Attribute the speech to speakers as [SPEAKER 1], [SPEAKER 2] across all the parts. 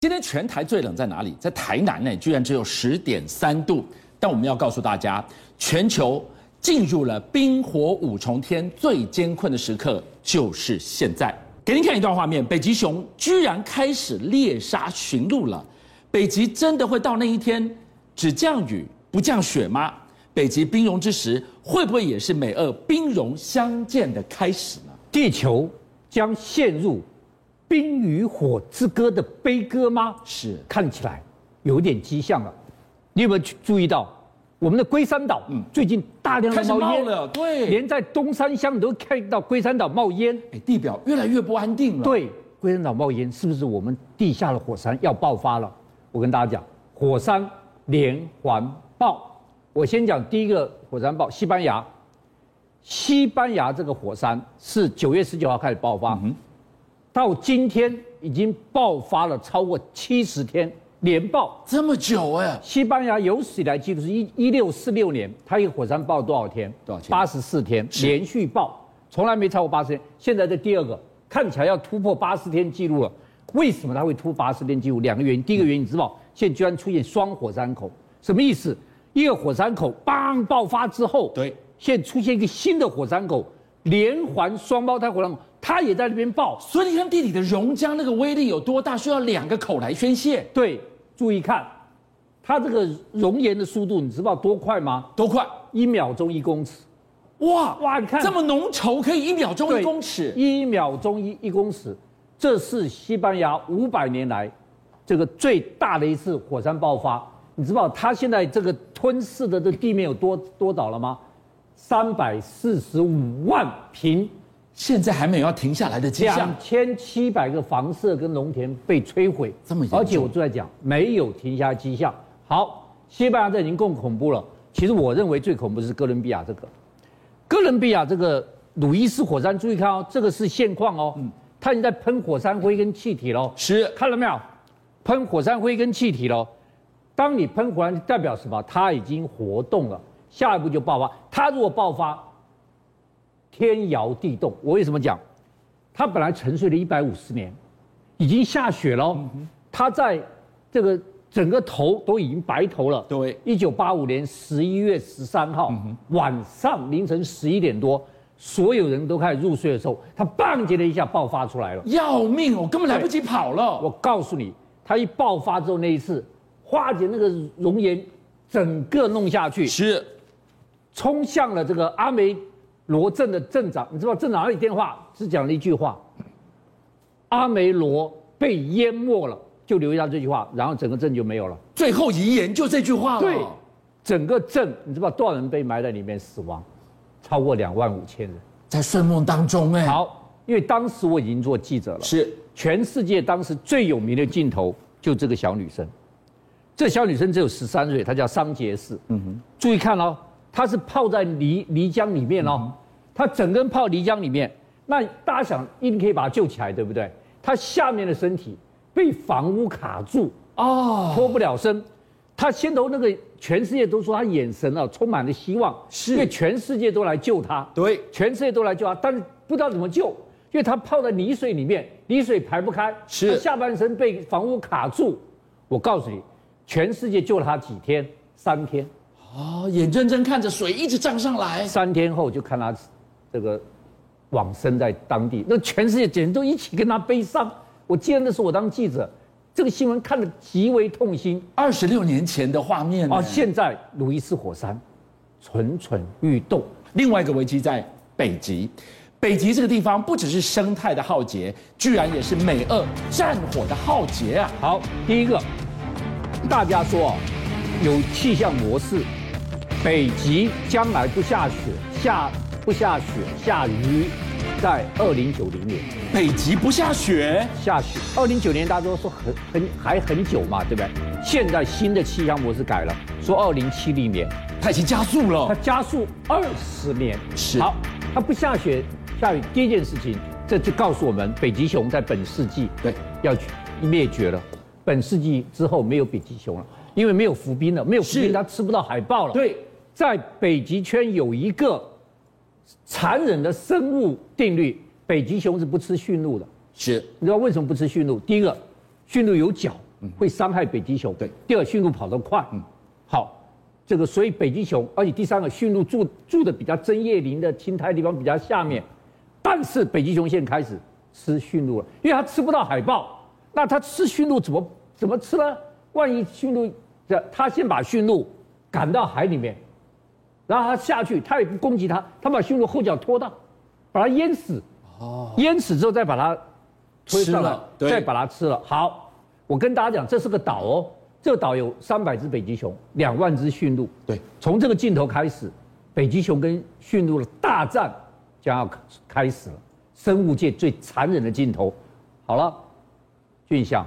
[SPEAKER 1] 今天全台最冷在哪里？在台南呢，居然只有十点三度。但我们要告诉大家，全球进入了冰火五重天最艰困的时刻，就是现在。给您看一段画面，北极熊居然开始猎杀驯鹿了。北极真的会到那一天只降雨不降雪吗？北极冰融之时，会不会也是美俄冰融相见的开始呢？
[SPEAKER 2] 地球将陷入冰与火之歌的悲歌吗？
[SPEAKER 1] 是
[SPEAKER 2] 看起来有点迹象了。你有没有去注意到，我们的龟山岛最近大
[SPEAKER 1] 嗯
[SPEAKER 2] 量
[SPEAKER 1] 开
[SPEAKER 2] 的
[SPEAKER 1] 始
[SPEAKER 2] 冒
[SPEAKER 1] 冒
[SPEAKER 2] 烟
[SPEAKER 1] 了，对，
[SPEAKER 2] 连在东山乡你都看到龟山岛冒烟。
[SPEAKER 1] 哎，地表越来越不安定了。
[SPEAKER 2] 对，龟山岛冒烟是不是我们地下的火山要爆发了？我跟大家讲，火山连环爆。我先讲第一个火山爆，西班牙。西班牙这个火山是九月十九号开始爆发，到今天已经爆发了超过七十天连爆。
[SPEAKER 1] 这么久哎、
[SPEAKER 2] 西班牙有史以来记录是一一六四六年，它一个火山爆多少天？
[SPEAKER 1] 多少天
[SPEAKER 2] 八十四天，
[SPEAKER 1] 是
[SPEAKER 2] 连续爆，从来没超过八十天。现在这第二个看起来要突破八十天记录了。为什么它会突破八十天记录？两个原因，第一个原因你知道，现在居然出现双火山口，什么意思？一个火山口邦爆发之后，
[SPEAKER 1] 对，
[SPEAKER 2] 现在出现一个新的火山口，连环双胞胎火山口，它也在那边爆，
[SPEAKER 1] 所以你看地底的熔浆那个威力有多大，需要两个口来宣泄，
[SPEAKER 2] 对，注意看，它这个熔岩的速度，你知道多快吗？
[SPEAKER 1] 多快！
[SPEAKER 2] 一秒钟一公尺，
[SPEAKER 1] 哇
[SPEAKER 2] 哇你看
[SPEAKER 1] 这么浓稠，可以一秒钟
[SPEAKER 2] 对
[SPEAKER 1] 一公尺，
[SPEAKER 2] 一秒钟一一公尺，这是西班牙五百年来这个最大的一次火山爆发。你知道它现在这个吞噬的这地面有多多少了吗？三百四十五万平，
[SPEAKER 1] 现在还没有要停下来的迹象
[SPEAKER 2] 两。千七百个房舍跟农田被摧毁，
[SPEAKER 1] 这么严重
[SPEAKER 2] 而且我就在讲没有停下迹象。好，西班牙这已经够恐怖了。其实我认为最恐怖是哥伦比亚这个，哥伦比亚这个鲁伊斯火山，注意看哦，这个是现况哦，
[SPEAKER 1] 嗯
[SPEAKER 2] 它已经在喷火山灰跟气体哦喽。
[SPEAKER 1] 是
[SPEAKER 2] 看到没有？喷火山灰跟气体喽。当你喷火山，代表什么？它已经活动了，下一步就爆发。它如果爆发，天摇地动。我为什么讲？它本来沉睡了一百五十年，已经下雪了哦。它在这个整个头都已经白头了。
[SPEAKER 1] 对
[SPEAKER 2] 一九八五年十一月十三号、晚上凌晨十一点多，所有人都开始入睡的时候，它棒叽的一下爆发出来了。
[SPEAKER 1] 要命，我根本来不及跑了。
[SPEAKER 2] 我告诉你，它一爆发之后那一次，化解那个熔岩，整个弄下去，
[SPEAKER 1] 是
[SPEAKER 2] 冲向了这个阿梅罗镇的镇长。你知道镇长那里电话只讲了一句话：阿梅罗被淹没了，就留下这句话，然后整个镇就没有了。
[SPEAKER 1] 最后遗言就这句话了。
[SPEAKER 2] 对，整个镇你知道多少人被埋在里面死亡？超过两万五千人。
[SPEAKER 1] 在睡梦当中哎、
[SPEAKER 2] 好，因为当时我已经做记者了。
[SPEAKER 1] 是
[SPEAKER 2] 全世界当时最有名的镜头就这个小女生，这小女生只有十三岁，她叫桑杰士。嗯哼，注意看哦，她是泡在泥泥浆里面哦，她整个人泡泥浆里面。那大家想，一定可以把她救起来，对不对？她下面的身体被房屋卡住，
[SPEAKER 1] 哦，
[SPEAKER 2] 脱不了身。她先头那个全世界都说她眼神啊充满了希望，
[SPEAKER 1] 是
[SPEAKER 2] 因为全世界都来救她。
[SPEAKER 1] 对，
[SPEAKER 2] 全世界都来救他，啊但是不知道怎么救，因为他泡在泥水里面，泥水排不开，
[SPEAKER 1] 是
[SPEAKER 2] 他下半身被房屋卡住。我告诉你，全世界救了他几天？三天，
[SPEAKER 1] 哦，眼睁睁看着水一直涨上来，
[SPEAKER 2] 三天后就看他这个往生在当地，那全世界简直都一起跟他悲伤。我记得那时候我当记者，这个新闻看得极为痛心。
[SPEAKER 1] 二十六年前的画面
[SPEAKER 2] 啊，
[SPEAKER 1] 哦。
[SPEAKER 2] 现在鲁伊斯火山蠢蠢欲动，
[SPEAKER 1] 另外一个危机在北极。北极这个地方不只是生态的浩劫，居然也是美俄战火的浩劫啊！
[SPEAKER 2] 好，第一个，大家说哦，有气象模式，北极将来不下雪，下不下雪下雨，在二零九零年
[SPEAKER 1] 北极不下雪，
[SPEAKER 2] 下雪。二零九年大家都说很很还很久嘛，对不对？现在新的气象模式改了，说二零七零年，
[SPEAKER 1] 它已经加速
[SPEAKER 2] 它
[SPEAKER 1] 了。
[SPEAKER 2] 加速二十年。
[SPEAKER 1] 是
[SPEAKER 2] 好，它不下雪下雨，第一件事情，这就告诉我们，北极熊在本世纪
[SPEAKER 1] 对，
[SPEAKER 2] 要去灭绝了。本世纪之后没有北极熊了，因为没有浮冰了，没有浮
[SPEAKER 1] 是
[SPEAKER 2] 冰它吃不到海豹了。
[SPEAKER 1] 对，
[SPEAKER 2] 在北极圈有一个残忍的生物定律，北极熊是不吃驯鹿的。
[SPEAKER 1] 是
[SPEAKER 2] 你知道为什么不吃驯鹿？第一个，驯鹿有角，会伤害北极熊。
[SPEAKER 1] 对，
[SPEAKER 2] 第二驯鹿跑得快，嗯，好，这个所以北极熊，而且第三个驯鹿住住的比较针叶林的青苔地方比较下面，但是北极熊现在开始吃驯鹿了，因为它吃不到海豹，那它吃驯鹿怎么怎么吃呢？万一驯鹿这它先把驯鹿赶到海里面，然后它下去，它也不攻击它，它把驯鹿后脚拖到，把它淹死。哦，淹死之后再把它推上
[SPEAKER 1] 吃
[SPEAKER 2] 来
[SPEAKER 1] 了，对
[SPEAKER 2] 再把它吃了。好，我跟大家讲，这是个岛哦，这个岛有三百只北极熊，两万只驯鹿。
[SPEAKER 1] 对，
[SPEAKER 2] 从这个镜头开始，北极熊跟驯鹿的大战将要开始了，生物界最残忍的镜头。好了，俊相，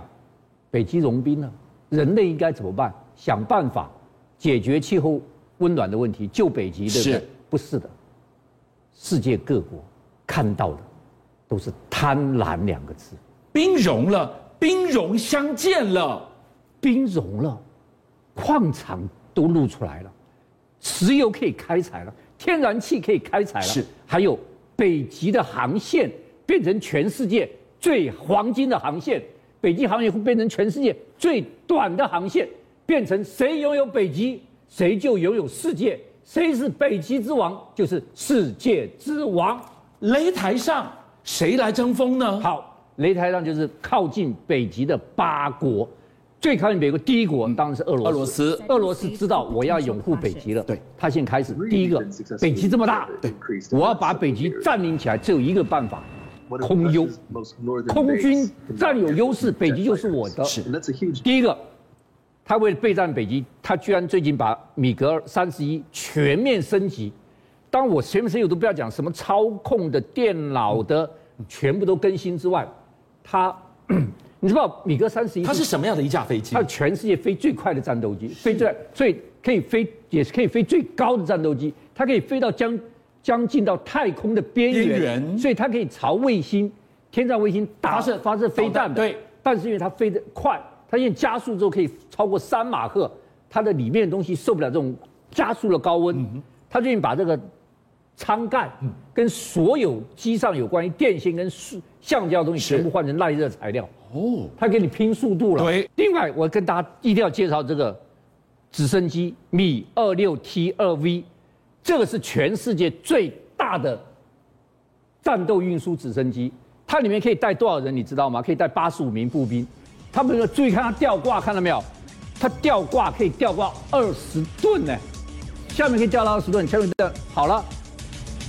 [SPEAKER 2] 北极融冰了，人类应该怎么办？想办法解决气候温暖的问题，救北极，对不对
[SPEAKER 1] 是？
[SPEAKER 2] 不是的，世界各国看到的都是贪婪两个字。
[SPEAKER 1] 冰融了，冰融相见了，
[SPEAKER 2] 冰融了，矿场都露出来了，石油可以开采了，天然气可以开采了，
[SPEAKER 1] 是
[SPEAKER 2] 还有北极的航线变成全世界最黄金的航线，北极航线会变成全世界最短的航线，变成谁拥有北极，谁就拥有世界，谁是北极之王，就是世界之王。
[SPEAKER 1] 擂台上谁来争锋呢？
[SPEAKER 2] 好，擂台上就是靠近北极的八国，最靠近北国第一国当然是俄罗斯。
[SPEAKER 1] 嗯俄罗斯
[SPEAKER 2] 俄罗斯知道我要拥护北极了，
[SPEAKER 1] 对，
[SPEAKER 2] 他现在开始第一个，北极这么大，
[SPEAKER 3] 对
[SPEAKER 2] 我要把北极占领起来，只有一个办法，空
[SPEAKER 3] 空
[SPEAKER 2] 优
[SPEAKER 3] 优，
[SPEAKER 2] 空
[SPEAKER 3] 空
[SPEAKER 2] 军
[SPEAKER 3] 军
[SPEAKER 2] 占
[SPEAKER 3] 占
[SPEAKER 2] 有
[SPEAKER 3] 有
[SPEAKER 2] 优
[SPEAKER 3] 优
[SPEAKER 2] 势，
[SPEAKER 3] 势，
[SPEAKER 2] 北
[SPEAKER 3] 北
[SPEAKER 2] 极
[SPEAKER 3] 极
[SPEAKER 2] 就
[SPEAKER 3] 就是是
[SPEAKER 2] 我
[SPEAKER 3] 我
[SPEAKER 2] 的。
[SPEAKER 3] 的。
[SPEAKER 1] 是
[SPEAKER 2] 第一个，他为了备战北极，他居然最近把米格三十一全面升级。当我全面升级，我都不要讲什么操控的、电脑的，全部都更新之外，他， 你知道米格三十一
[SPEAKER 1] 它是什么样的一架飞机
[SPEAKER 2] 它？是全世界飞最快的战斗机，飞最最可以飞，也是可以飞最高的战斗机，它可以飞到将将近到太空的边缘，
[SPEAKER 1] 边缘
[SPEAKER 2] 所以它可以朝卫星、天上卫星
[SPEAKER 1] 发
[SPEAKER 2] 打
[SPEAKER 1] 射
[SPEAKER 2] 发射飞弹
[SPEAKER 1] 导弹
[SPEAKER 2] 的。
[SPEAKER 1] 对，
[SPEAKER 2] 但是因为它飞得快，它现在加速之后可以超过三马赫，它的里面的东西受不了这种加速的高温，
[SPEAKER 1] 嗯
[SPEAKER 2] 它最近把这个舱盖跟所有机上有关于电线跟塑橡胶的东西
[SPEAKER 1] 是
[SPEAKER 2] 全部换成耐热材料。
[SPEAKER 1] 哦，
[SPEAKER 2] 他给你拼速度了。
[SPEAKER 1] 对，
[SPEAKER 2] 另外我跟大家一定要介绍这个直升机米二六 T 二 V，这个是全世界最大的战斗运输直升机，它里面可以带多少人，你知道吗？可以带八十五名步兵。他们说，注意看它吊挂，看到没有？它吊挂可以吊挂二十吨呢，下面可以吊到二十吨，下面的好了，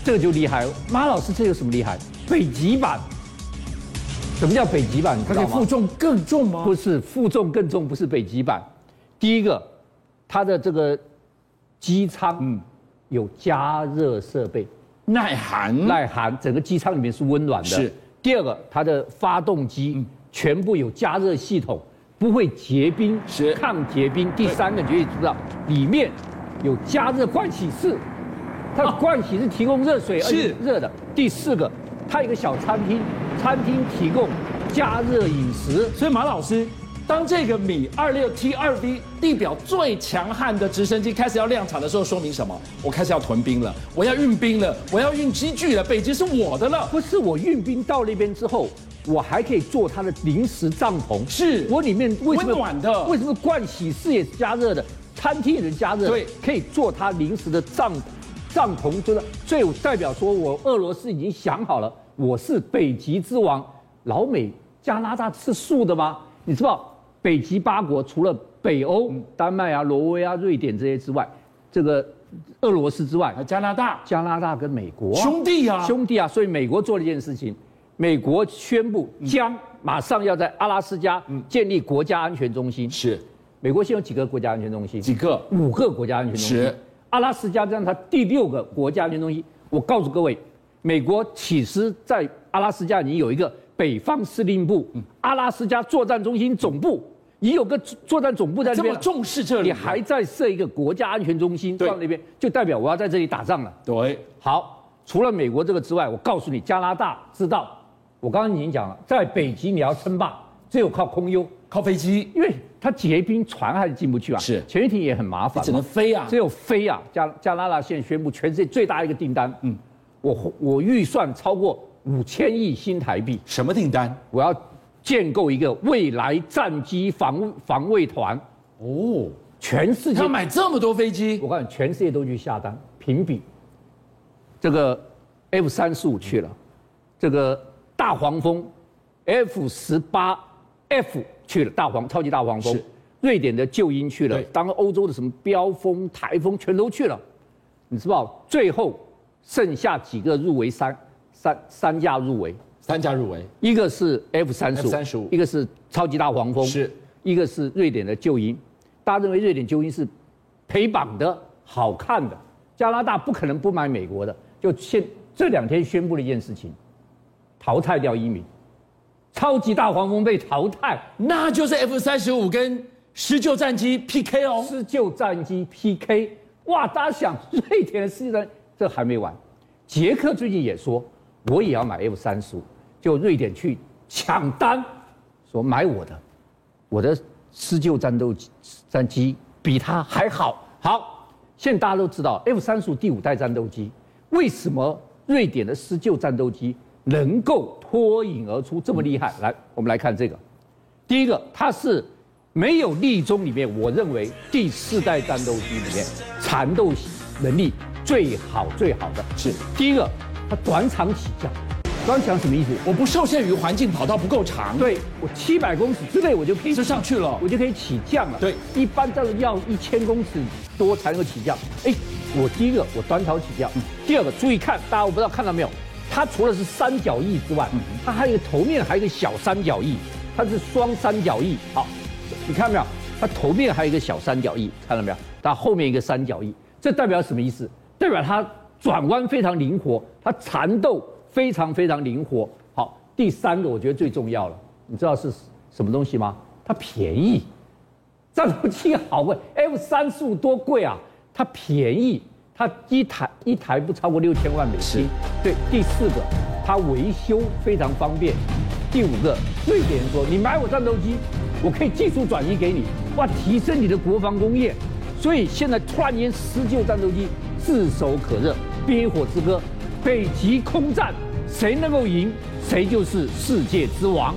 [SPEAKER 2] 这个就厉害了。马老师，这有什么厉害？北极版，什么叫北极版？你
[SPEAKER 1] 它
[SPEAKER 2] 知
[SPEAKER 1] 可
[SPEAKER 2] 道
[SPEAKER 1] 以
[SPEAKER 2] 吗
[SPEAKER 1] 负？重更重吗
[SPEAKER 2] 不？是负重更重，不是北极版。第一个，它的这个机舱
[SPEAKER 1] 嗯
[SPEAKER 2] 有加热设备，
[SPEAKER 1] 耐寒，
[SPEAKER 2] 耐寒，整个机舱里面是温暖的。
[SPEAKER 1] 嗯是。嗯
[SPEAKER 2] 第二个，它的发动机全部有加热系统，不会结冰，
[SPEAKER 1] 是
[SPEAKER 2] 抗结冰。第三个，你就知道里面有加热盥洗室，它的盥洗室提供热水，而且
[SPEAKER 1] 哦是
[SPEAKER 2] 热的。第四个，它有一个小餐厅，餐厅提供加热饮食。
[SPEAKER 1] 所以马老师，当这个米二六 T 二 V 地表最强悍的直升机开始要量产的时候，说明什么？我开始要屯兵了，我要运兵了，我要运机具了，北极是我的了。
[SPEAKER 2] 不是我运兵到那边之后，我还可以做它的临时帐篷，
[SPEAKER 1] 是
[SPEAKER 2] 我里面为什么
[SPEAKER 1] 温暖的
[SPEAKER 2] 为什么盥洗室也是加热的，餐厅也是加热的，
[SPEAKER 1] 对
[SPEAKER 2] 可以做它临时的帐帐篷，就是所以我代表说我俄罗斯已经想好了，我是北极之王。老美加拿大吃素的吗？你知道北极八国除了北欧、
[SPEAKER 1] 嗯
[SPEAKER 2] 丹麦啊、挪威啊、瑞典这些之外，这个俄罗斯之外，
[SPEAKER 1] 加拿大
[SPEAKER 2] 加拿大跟美国啊
[SPEAKER 1] 兄弟啊，
[SPEAKER 2] 兄弟啊，所以美国做了一件事情，美国宣布将马上要在阿拉斯加
[SPEAKER 1] 嗯
[SPEAKER 2] 建立国家安全中心。
[SPEAKER 1] 是
[SPEAKER 2] 美国现在有几个国家安全中心？
[SPEAKER 1] 几个？
[SPEAKER 2] 五个国家安全中心
[SPEAKER 1] 是。
[SPEAKER 2] 阿拉斯加让它第六个国家安全中心。我告诉各位，美国其实在阿拉斯加已经有一个北方司令部，
[SPEAKER 1] 嗯
[SPEAKER 2] 阿拉斯加作战中心总部，已有个作战总部在那
[SPEAKER 1] 这
[SPEAKER 2] 边
[SPEAKER 1] 么
[SPEAKER 2] 了。
[SPEAKER 1] 重视这里，啊
[SPEAKER 2] 你还在设一个国家安全中心
[SPEAKER 1] 对
[SPEAKER 2] 放那边，就代表我要在这里打仗了。
[SPEAKER 1] 对
[SPEAKER 2] 好，除了美国这个之外，我告诉你，加拿大知道，我刚刚已经讲了，在北极你要称霸，只有靠空优，
[SPEAKER 1] 靠飞机
[SPEAKER 2] 因为它结冰船还是进不去啊，
[SPEAKER 1] 是
[SPEAKER 2] 潜水艇也很麻烦嘛，
[SPEAKER 1] 只能飞啊
[SPEAKER 2] 只。有飞啊！加加拿大现在宣布全世界最大一个订单，嗯，我我预算超过五千亿新台币，
[SPEAKER 1] 什么订单？
[SPEAKER 2] 我要建构一个未来战机防防卫团，
[SPEAKER 1] 哦，
[SPEAKER 2] 全世界
[SPEAKER 1] 要买这么多飞机，
[SPEAKER 2] 我告诉你，全世界都去下单评比，这个 F 三十五去了，这个大黄蜂 F 十八 F 去了，大黄超级大黄蜂
[SPEAKER 1] 是，
[SPEAKER 2] 瑞典的旧鹰去了
[SPEAKER 1] 对，
[SPEAKER 2] 当然欧洲的什么标风、台风全都去了，你知道最后剩下几个入围三三三架入围，
[SPEAKER 1] 三家入围，
[SPEAKER 2] 一个是 F 三十五，
[SPEAKER 1] F-35
[SPEAKER 2] 一个是超级大黄蜂，
[SPEAKER 1] 是，
[SPEAKER 2] 一个是瑞典的旧鹰。大家认为瑞典旧鹰是陪绑的、好看的，加拿大不可能不买美国的。就现这两天宣布了一件事情，淘汰掉一名，超级大黄蜂被淘汰，
[SPEAKER 1] 那就是 F 三十五跟施救战机 PK 哦。
[SPEAKER 2] 施救战机 PK，哇！大家想，瑞典的世界上这还没完，捷克最近也说我也要买 F 三十五，就瑞典去抢单，说买我的，我的施救战斗机战机比它还好。好，现在大家都知道 F 三十五第五代战斗机，为什么瑞典的施救战斗机能够脱颖而出这么厉害？来，我们来看这个。第一个，它是没有力中里面，我认为第四代战斗机里面缠斗能力最好最好的
[SPEAKER 1] 是
[SPEAKER 2] 第一个，它短场起降。短场什么意思？
[SPEAKER 1] 我不受限于环境，跑道不够长，，
[SPEAKER 2] 对我七百公尺之内我就可以
[SPEAKER 1] 就上去了
[SPEAKER 2] 我。就可以起降了。
[SPEAKER 1] 对
[SPEAKER 2] 一般到要一千公尺多才能够起降。哎，我第一个我短跑起降，第二个注意看，大家我不知道看到没有，它除了是三角翼之外，它还有一个头面还有一个小三角翼，它是双三角翼。好，你看到没有？它头面还有一个小三角翼，看到没有？它后面一个三角翼，这代表什么意思？代表它转弯非常灵活，它缠斗非常非常灵活。好，第三个我觉得最重要了，你知道是什么东西吗？它便宜。战斗机好贵，F 三十五多贵啊！它便宜，它一台一台不超过六千万美金
[SPEAKER 1] 是。
[SPEAKER 2] 对，第四个，它维修非常方便。第五个，瑞典人说，你买我战斗机，我可以技术转移给你，哇，提升你的国防工业。所以现在突然间，施救战斗机炙手可热，冰与火之歌，北极空战，谁能够赢，谁就是世界之王。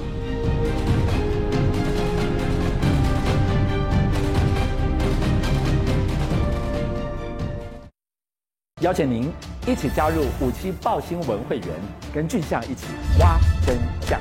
[SPEAKER 3] 邀请您一起加入五七报新闻会员，跟俊相一起挖真相。